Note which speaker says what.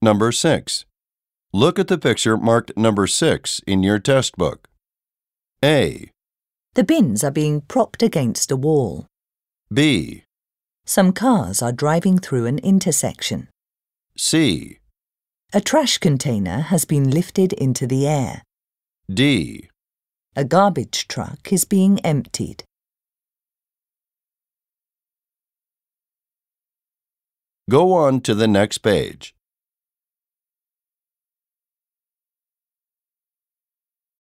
Speaker 1: Number 6. Look at the picture marked number 6 in your test book. A,
Speaker 2: The bins are being propped against a wall.
Speaker 1: B,
Speaker 2: Some cars are driving through an intersection.
Speaker 1: C,
Speaker 2: A trash container has been lifted into the air.
Speaker 1: D.
Speaker 2: A garbage truck is being emptied.
Speaker 1: Go on to the next page.